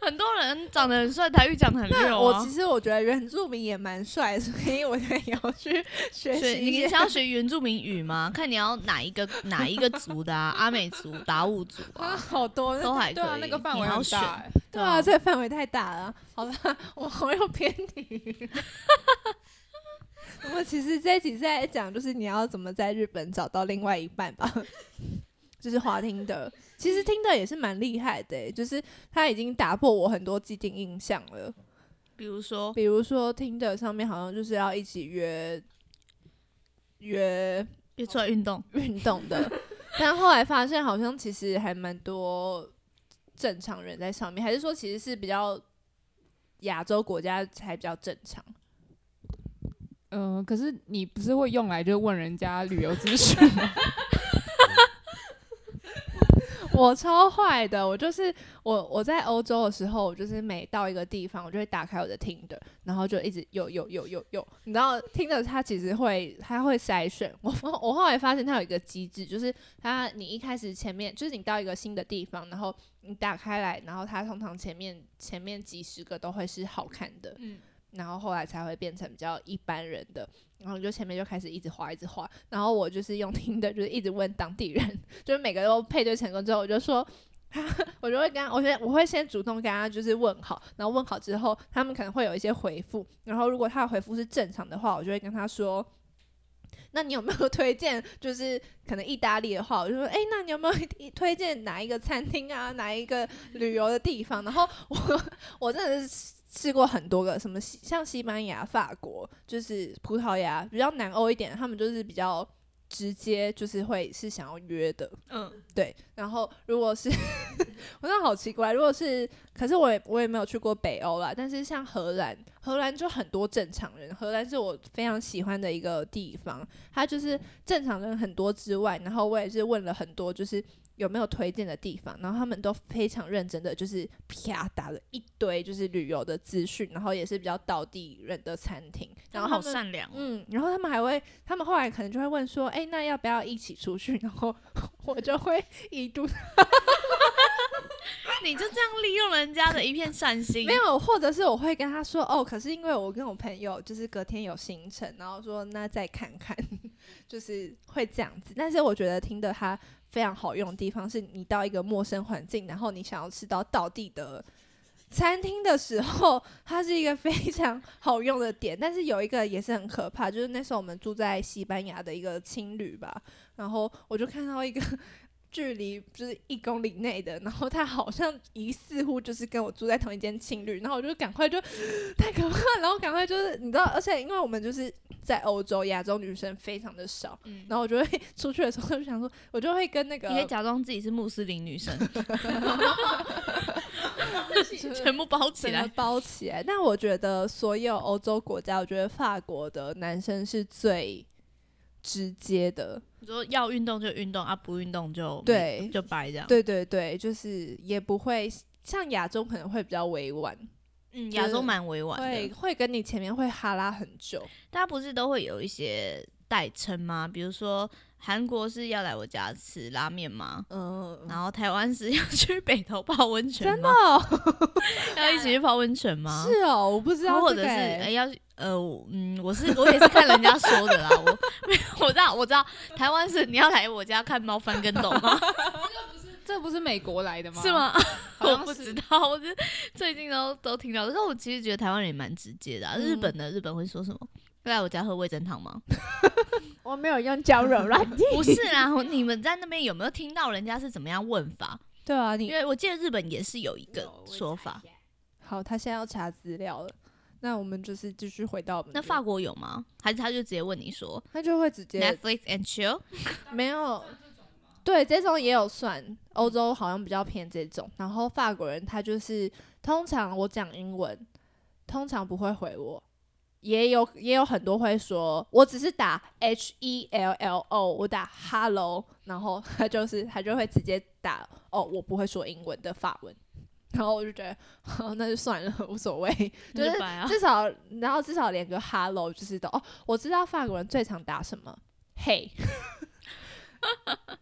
很多人长得很帅，台语讲得很溜
我
啊
其。实我觉得原住民也蛮帅，所以我觉得也要去学
学
习一
你
些。
想要学原住民语吗？ (laughs) 看你要哪一个哪一个族的啊， (laughs) 阿美族、达悟族
啊， (laughs) (laughs)
啊，
好多
哦
都还可以。
(laughs) 对啊，那个范围
你
好
要选
大、欸。
对啊，这个范围太大了。 (laughs) 好啦，我好有偏题。 (laughs) 我们其实这一集是在讲，就是你要怎么在日本找到另外一半吧， (laughs) 就是滑听的。其实听的也是蛮厉害的欸、就是他已经打破我很多既定印象了。
比如说
比如说听的上面好像就是要一起约约
约出来运动，
运动的，但后来发现好像其实还蛮多正常人在上面，还是说其实是比较亚洲国家才比较正常？
嗯、可是你不是会用来就问人家旅游资讯吗？
我超坏的，我就是我我在欧洲的时候，我就是每到一个地方，我就会打开我的听的，然后就一直有有有有有，你知道听的它其实会它会筛选，我我后来发现它有一个机制，就是它你一开始前面就是你到一个新的地方，然后你打开来，然后它通常前面前面几十个都会是好看的，
嗯
然后后来才会变成比较一般人的，然后你就前面就开始一直滑，一直滑，然后我就是用听的，就是一直问当地人，就是每个都配对成功之后，我就说。我就会跟他，我先我会先主动跟他就是问好，然后问好之后，他们可能会有一些回复，然后如果他的回复是正常的话，我就会跟他说，那你有没有推荐？就是可能意大利的话，我就说，诶，那你有没有一推荐哪一个餐厅啊，哪一个旅游的地方？然后我我真的是试过很多个，什么西像西班牙、法国，就是葡萄牙比较南欧一点，他们就是比较直接，就是会是想要约的。
嗯，
对，然后如果是 (laughs) 我真的好奇怪，如果是，可是我也我也没有去过北欧啦，但是像荷兰，荷兰就很多正常人，荷兰是我非常喜欢的一个地方，它就是正常人很多之外，然后我也是问了很多，就是有没有推荐的地方，然后他们都非常认真的，就是啪打了一堆就是旅游的资讯，然后也是比较道地人的餐厅，然
然后
后他
好
们
善良哦。
嗯，然后他们还会，他们后来可能就会问说，哎、那要不要一起出去？然后我就会一度
你就这样利用人家的一片善心
没，有，或者是我会跟他说，哦，可是因为我跟我朋友就是隔天有行程，然后说那再看看，就是会这样子。但是我觉得听的它非常好用的地方是，你到一个陌生环境，然后你想要吃到道地的。餐厅的时候，它是一个 (laughs) 非常好用的点，但是有一个也是很可怕，就是那时候我们住在西班牙的一个青旅吧，然后我就看到一个 (laughs) 距离就是一公里内的，然后他好像疑似乎就是跟我住在同一间情侣，然后我就赶快就 (laughs) 太可怕了，然后赶快就是你知道，而且因为我们就是在欧洲，亚洲女生非常的少，
嗯
然后我就会 (laughs) 出去的时候就想说，我就会跟那个
你可以假装自己是穆斯林女生，全部包起
整个
来。
包起来。但我觉得所有欧洲国家，我觉得法国的男生是最直接的，
你说要运动就运动啊，不运动就
对
就掰这样。
对对对，就是也不会像亚洲可能会比较委婉，
嗯，
就是
亚洲蛮委婉
会
的，
会跟你前面会哈拉很久。
大家不是都会有一些代称吗？比如说韩国是要来我家吃拉面吗？
嗯，
然后台湾是 (laughs) 要去北头泡温泉
真的
哦吗？
哦、
要一起去泡温泉吗？
是哦，我不知道、这个
或者是
欸
哎、要呃，我嗯，我是我也是看人家说的啦，我没有我知道我知道，台湾是你要来我家看猫翻跟斗
(laughs)
吗？
(laughs) 这不是美国来的吗？
是？吗？
好
我
像
不
是
知道，我是最近都都听到，可是我其实觉得台湾人也蛮直接的、啊，日
嗯
本的日本会说什么？要来我家喝味噌汤吗？
我没有用交友软件，
不是啦， (laughs) 你们在那边有没有听到人家是怎么样问法？
对啊，
因
你
为我记得日本也是有一个说法，
好，他现在要查资料了。那我们就是继续回到我们
那
这
法
边，
国有吗？还是他就直接问你说
他就会直接
Netflix and chill？
(laughs) 没有，对，这种也有算。欧洲好像比较偏这种，然后法国人他就是通常我讲英文，通常不会回我，也有也有很多会说，我只是打 H E L L O，我打 Hello，然后他就是他就会直接打哦，我不会说英文的法文，然后我就觉得，好那就算了，无所谓，就
你
是
就摆啊
至少然后至少连个 Hello 就是的哦，我知道法国人最常打什么。嘿，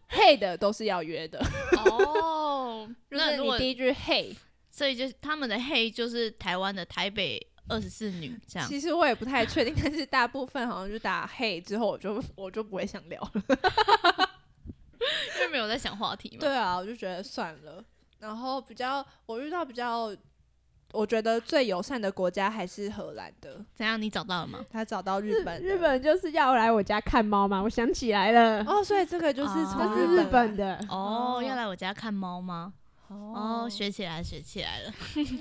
嘿的都是要约 (laughs) 的，
(laughs) 哦，
就是
那如
你
果
第一句嘿，
(laughs) 所以就是他们的嘿就是台湾的台北二十四女这样。
其实我也不太确定， (laughs) 但是大部分好像就打嘿之后，我就我就不会想聊了。
因为没有在想话题嘛。
对啊，我就觉得算了。然后比较我遇到比较，我觉得最友善的国家还是荷兰的，
怎样？你找到了 (laughs) 吗？
他找到日
日
本的
日本就是要来我家看猫嘛，我想起来了，
哦，所以这个就是
哦
从
这是日本
的
的，
哦
哦，
要来我家看猫吗？哦，学起来，学起来了。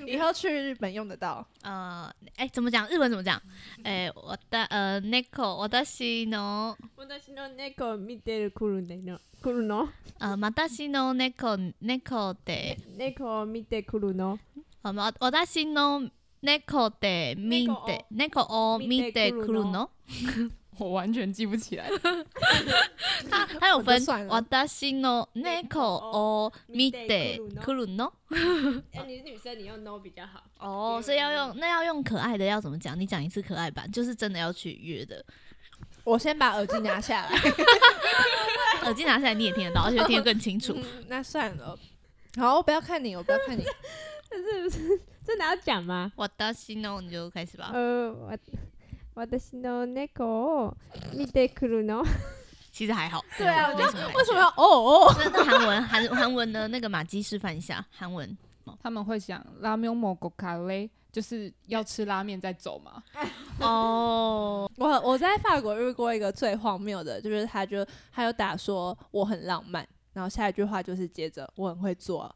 以后去日本用得到。
呃，哎，怎么讲？日文怎么讲？哎，我的呃，neko，我的哦西诺，
私の猫を見てる来るの来るの
呃，马达西诺，neko，neko 的，
猫を見て来るの
呃，马我达西诺，neko 的，みで，neko を見てくるの。
(laughs) 我完全记不起来。
它
(laughs)
它有
我
分
就算，了
我达西诺，neko を見てくるの。
哎，你是女生，你用 no 比较好。
哦，所以要用那要用可爱的要怎么讲？你讲一次可爱版，就是真的要去
(laughs)
约的。
我先把耳机拿下来。
耳机拿下来你也听得到，而且听得更清楚。
(laughs) 嗯，那算了。好，我不要看你，我不要看 (laughs) 你。
这是不是这哪要讲吗？
我的心哦，你就开始
嗯
吧。
呃，我私の猫を見てくるの。
其实还好。
对啊，我就
没什么感觉
为什么要哦哦？
那那韩文韩韩文的那个马姬示范一下韩文。
他们会想拉面莫狗卡嘞，就是要吃拉面再走嘛。
哦，
我我在法国遇过一个最荒谬的，就是他就他就打说我很浪漫，然后下一句话就是接着我很会做 (laughs) 啊、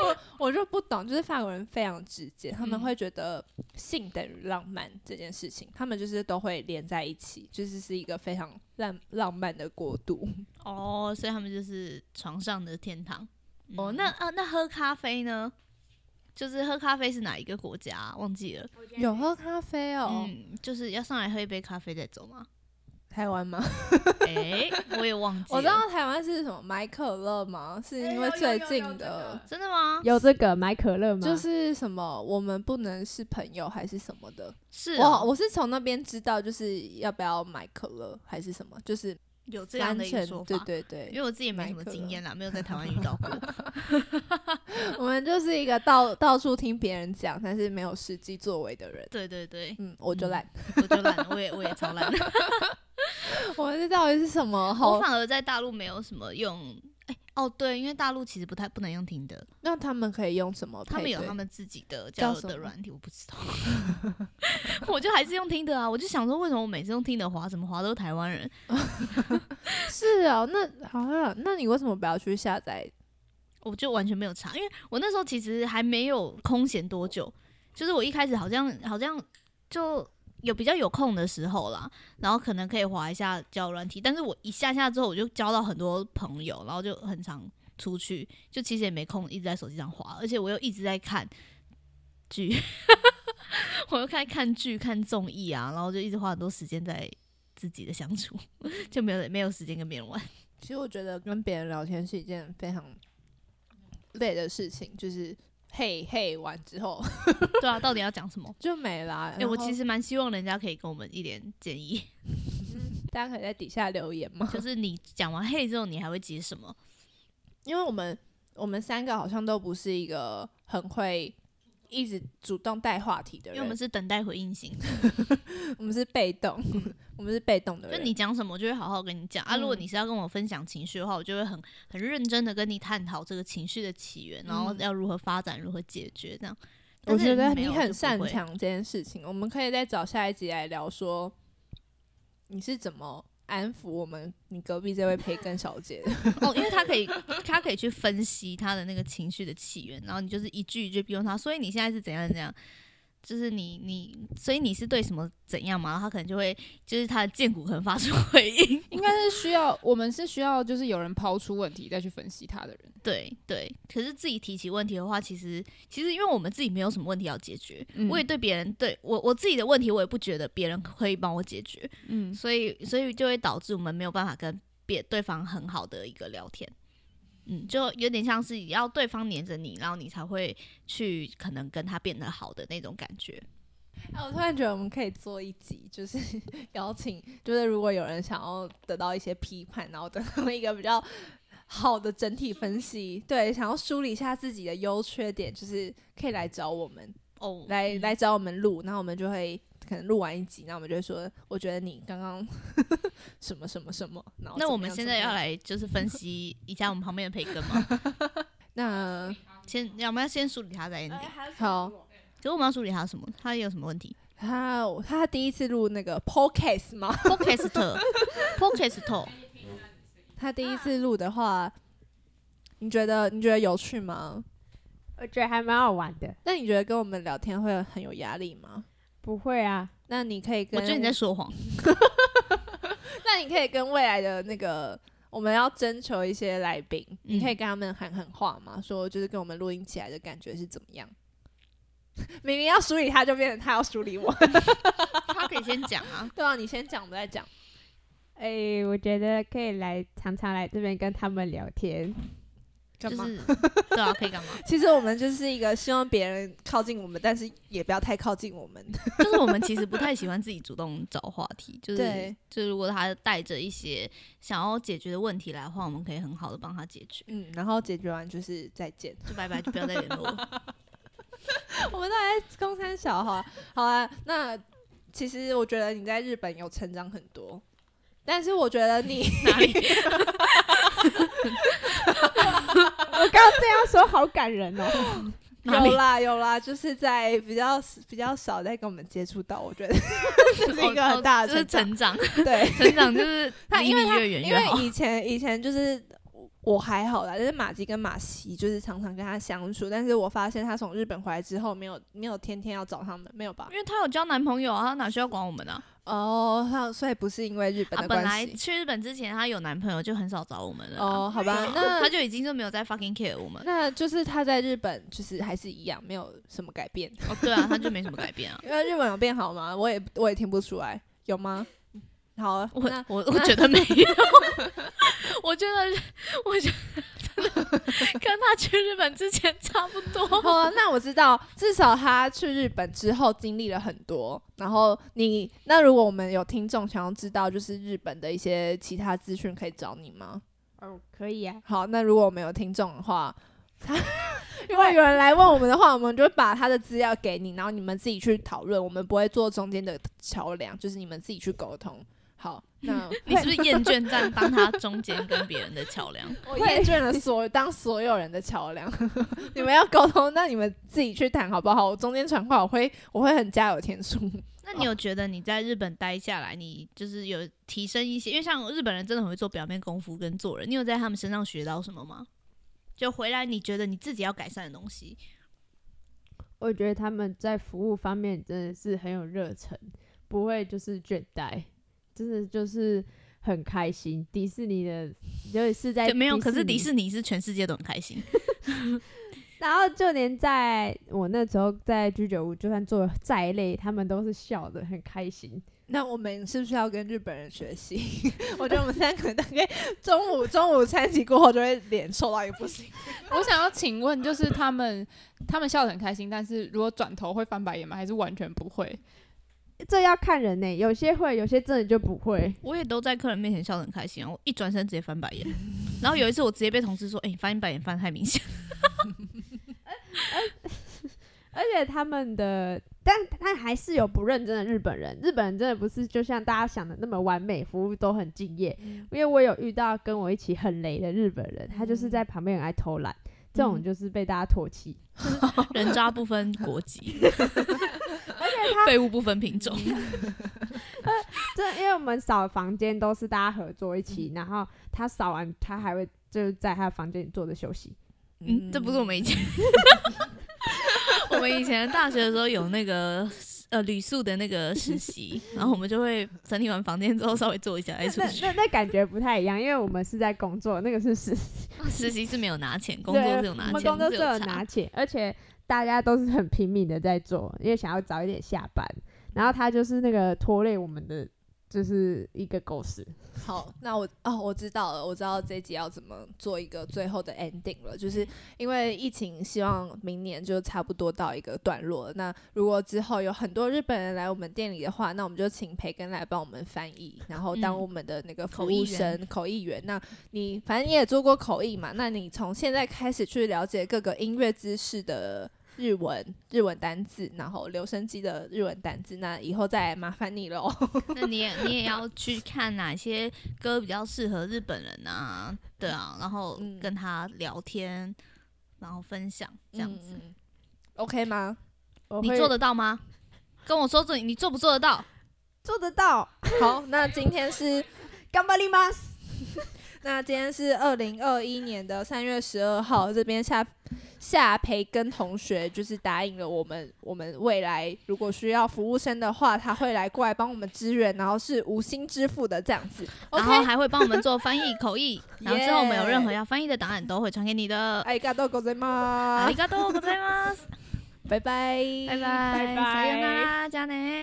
我我就不懂，就是法国人非常直接，他们
嗯
会觉得性等于浪漫这件事情，他们就是都会连在一起，就是是一个非常浪浪漫的国度。
哦，所以他们就是床上的天堂。哦，那啊，那喝咖啡呢？就是喝咖啡是哪一个国家啊、忘记了。
有喝咖啡哦？
嗯，就是要上来喝一杯咖啡再走 (laughs) 吗？
台湾吗？
哎、我也忘记了。
我知道台湾是什么买可乐吗？是
哎
因为最近的，
真的吗？
有这个买可乐吗？
就是什么我们不能是朋友还是什么的。
是
我
哦、
我是从那边知道，就是要不要买可乐还是什么，就是
有这样
单
的一个
程
说法。
对对
因
对，
为我自己也没什么经 (laughs) 验啦，没有在台湾遇到过。
我们就是一个到到处听别人讲，但是没有实际作为的人。
对对对，
嗯，我就
嗯
懒。
(laughs) 我就懒了，我也我也超懒。 (laughs)
我们这到底是什么？
我
好，
反而在大陆没有什么用，哎、哦，对，因为大陆其实不太不能用听的，
那他们可以用什么配
他们有
对
他们自己的
叫
交
什
友的
么
软体，我不
(laughs)
知道。 (laughs) 我就还是用听的啊，我就想说，为什么我每次用听的滑，怎么滑都是台湾人？
是哦，那好像那你为什么不要去下载？
我就完全没有查，因为我那时候其实还没有空闲多久，就是我一开始好像好像就有比较有空的时候啦，然后可能可以滑一下交友软体，但是我一下下之后我就交到很多朋友，然后就很常出去，就其实也没空一直在手机上滑，而且我又一直在看剧， (laughs) 我又看看剧、看综艺啊，然后就一直花很多时间在自己的相处， (laughs) 就没有没有时间跟别人玩。 (laughs)
其实我觉得跟别人聊天是一件非常累的事情，就是嘿嘿完之后 (laughs)
对啊，到底要讲什么？
就没啦。
哎、
哎、
我其实蛮希望人家可以给我们一点建议， (laughs)
大家可以在底下留言嘛， (laughs)
就是你讲完嘿之后，你还会接什么？
因为我们我们三个好像都不是一个很会一直主动带话题的人，
因为我们是等待回应型，
(laughs) 我们是被动，我们是被动的
就
人。
你讲什么，我就会好好跟你讲啊。如果
嗯
你是要跟我分享情绪的话，我就会很很认真的跟你探讨这个情绪的起源，然后
嗯
要如何发展，如何解决这样。
我
但是
觉得
没
你
有
很
就不
擅
会，
长这件事情，我们可以再找下一集来聊说你是怎么安抚我们你隔壁这位培根小姐的。
哦，因为他可以，他可以去分析他的那个情绪的起源，然后你就是一句一句逼问他，所以你现在是怎样怎样，就是你你，所以你是对什么怎样嘛？然后他可能就会，就是他的剑骨可能发出回应，
应该是需要我们是需要就是有人抛出问题再去分析他的人，
对对。可是自己提起问题的话，其实其实因为我们自己没有什么问题要解决，
嗯
我也对别人对我我自己的问题，我也不觉得别人可以帮我解决，
嗯，
所以所以就会导致我们没有办法跟别对方很好的一个聊天，嗯，就有点像是要对方黏着你，然后你才会去可能跟他变得好的那种感觉。
哎，我突然觉得我们可以做一集，就是 (laughs) 邀请，就是如果有人想要得到一些批判，然后得到一个比较好的整体分析，对，想要梳理一下自己的优缺点，就是可以来找我们，
哦，
来
嗯
来找我们录，然后我们就会。可能录完一集，那我们就会说，我觉得你刚刚 (laughs) 什么什么什么。然后
那
怎
我
么
们
样
现
怎
在
么
要
样
来就是分析一下我们旁边的培根嘛，
那
先要不要先梳理他再点？
好，
可是我们要梳理他什么？他有什么问题
他他第一次录那个 podcast 吗？ (laughs)
？Podcast，Podcast，
他第一次录的话，你觉得你觉得有趣吗？
我觉呃得还蛮好玩的。
那你觉得跟我们聊天会很有压力吗？
不会啊，
那你可以
我
跟，
觉得你在说谎。
那你可以跟未来的那个，我们要征求一些来宾，你
嗯
可以跟他们喊喊话吗？说就是跟我们录音起来的感觉是怎么样？ (laughs) 明明要梳理他，就变成他要梳理我。 (laughs)
他可以先讲啊，
对啊，你先讲，我们再讲。
哎、我觉得可以来常常来这边跟他们聊天。 (laughs)
就
(laughs) 干嘛？
是对啊，可以干嘛？
其实我们就是一个希望别人靠近我们，但是也不要太靠近我们。
就是我们其实不太喜欢自己主动找话题，就是
对
就是如果他带着一些想要解决的问题来的话，我们可以很好的帮他解决，
嗯， (laughs) 然后解决完就是再见。
就拜拜，就不要再联络了。
(laughs) 我们都还在公山小哈，好啊。那其实我觉得你在日本有成长很多，但是我觉得你 (laughs)
哪里？
我刚刚这样说好感人哦，
哪里
有啦有啦，就是在比较比较少在跟我们接触到，我觉 (laughs) 得这是一个很大
哦
的
就是
成长。
成长，
对，
成长就是
(laughs) 他
离
因为
你
他
越远
因
越好
为。以前以前就是我我还好啦，但是马吉跟马西就是常常跟他相处，但是我发现他从日本回来之后，没有没有天天要找他们，没有吧
因？为她有交男朋友啊，她哪需要管我们啊？
哦，他所以不是因为日本
啊，
的
本
关
来
系。
去日本之前，她有男朋友就很少找我们了啊、
哦，好吧，那
她就已经就没有在 fucking care 我们。
那就是他在日本就是还是一样，没有什么改变。
哦，对啊，她就没什么改变啊。
因为日本有变好吗？我也我也听不出来，有吗？好，
我
那
我我觉得没有， (laughs) 我觉得我觉得跟他去日本之前差不多。
好啊，那我知道，至少他去日本之后经历了很多。然后你那如果我们有听众想要知道，就是日本的一些其他资讯，可以找你吗？
哦，可以啊，
好，那如果我们有听众的话， (laughs) 他如果有人来问我们的话，我们就会把他的资料给你，然后你们自己去讨论，我们不会做中间的桥梁，就是你们自己去沟通。好，那
(laughs) 你是不是厌倦在当他中间跟别人的桥梁？
我厌倦了所当所有人的桥梁。 (laughs) 你们要沟通，那你们自己去谈好不好？我中间传话，我会我会很加油添醋。
(laughs)
(laughs)
那你有觉得你在日本待下来，你就是有提升一些？因为像日本人真的很会做表面功夫跟做人，你有在他们身上学到什么吗？就回来你觉得你自己要改善的东西，
我觉得他们在服务方面真的是很有热忱，不会就是倦怠，真的就是很开心。迪士尼的，尤其是在
就没有。可是迪
尼，
士尼是全世界都很开心，
然后就连在我那时候在居酒屋，就算做得再累，他们都是笑的，很开心。
那我们是不是要跟日本人学习？ (laughs) 我觉得我们三个大概中午中午餐起过后就会脸臭到一个不行。
我想要请问，就是他们他们笑得很开心，但是如果转头会翻白眼吗？还是完全不会？
这要看人呢、有些会，有些真的就不会。
我也都在客人面前笑得很开心啊！我一转身直接翻白眼， (laughs) 然后有一次我直接被同事说：“哎、你翻白眼翻得太明显。
而且他们的，但但还是有不认真的日本人。日本人真的不是就像大家想的那么完美，服务都很敬业。因为我有遇到跟我一起很雷的日本人，他就是在旁边很爱偷懒，这种就是被大家唾弃。
(laughs) 人渣不分国
(laughs)
籍，
而且他
废物不分品种。
嗯这因为我们扫房间都是大家合作一起，然后他扫完他还会就是在他的房间里坐着休息。
(laughs) 嗯，这不是我们
(laughs)
以前，我们以前大学的时候有那个呃旅宿的那个实
(laughs)
习，然后我们就会整理完房间之后稍微坐一下再哎出
那
去。
那那感觉不太一样，因为我们是在工作， (laughs) 那个哦是实
实习是没有拿钱，工
对，
作是有拿
我
钱，
们工作
是
是有
差
拿。钱，而且大家都是很拼命的在做，因为想要早一点下班。然后他就是那个拖累我们的，就是一个狗屎。
好，那我哦，我知道了，我知道这一集要怎么做一个最后的 ending 了，就是因为疫情，希望明年就差不多到一个段落了。那如果之后有很多日本人来我们店里的话，那我们就请培根来帮我们翻译，然后当
嗯
我们的那个服
口译
务生、口译员。那你反正你也做过口译嘛，那你从现在开始去了解各个音乐知识的。日文日文单字，然后留声机的日文单字，那以后再麻烦你喽。
(laughs) 那你也你也要去看哪些歌比较适合日本人啊？对啊，然后
嗯
跟他聊天，然后分享这样
嗯，
子
嗯嗯 OK 吗？
我
你
会
做得到吗？跟我说做你做不做得到？
做得
(laughs)
到，
好，那今天是，
干巴利吗？
(laughs) 那今天是二零二一年的三月十二号，这边夏夏培根同学就是答应了我们，我们未来如果需要服务生的话，他会来过来帮我们支援，然后是无薪支付的这样子。
然后
OK，
还会帮我们做翻译口译，然后之后我们有任何要翻译的档案都会传给你的。
ありがとうございま
あり
す，
がとうございます。
(laughs) 拜拜，
拜拜，
拜
さようならじゃあね。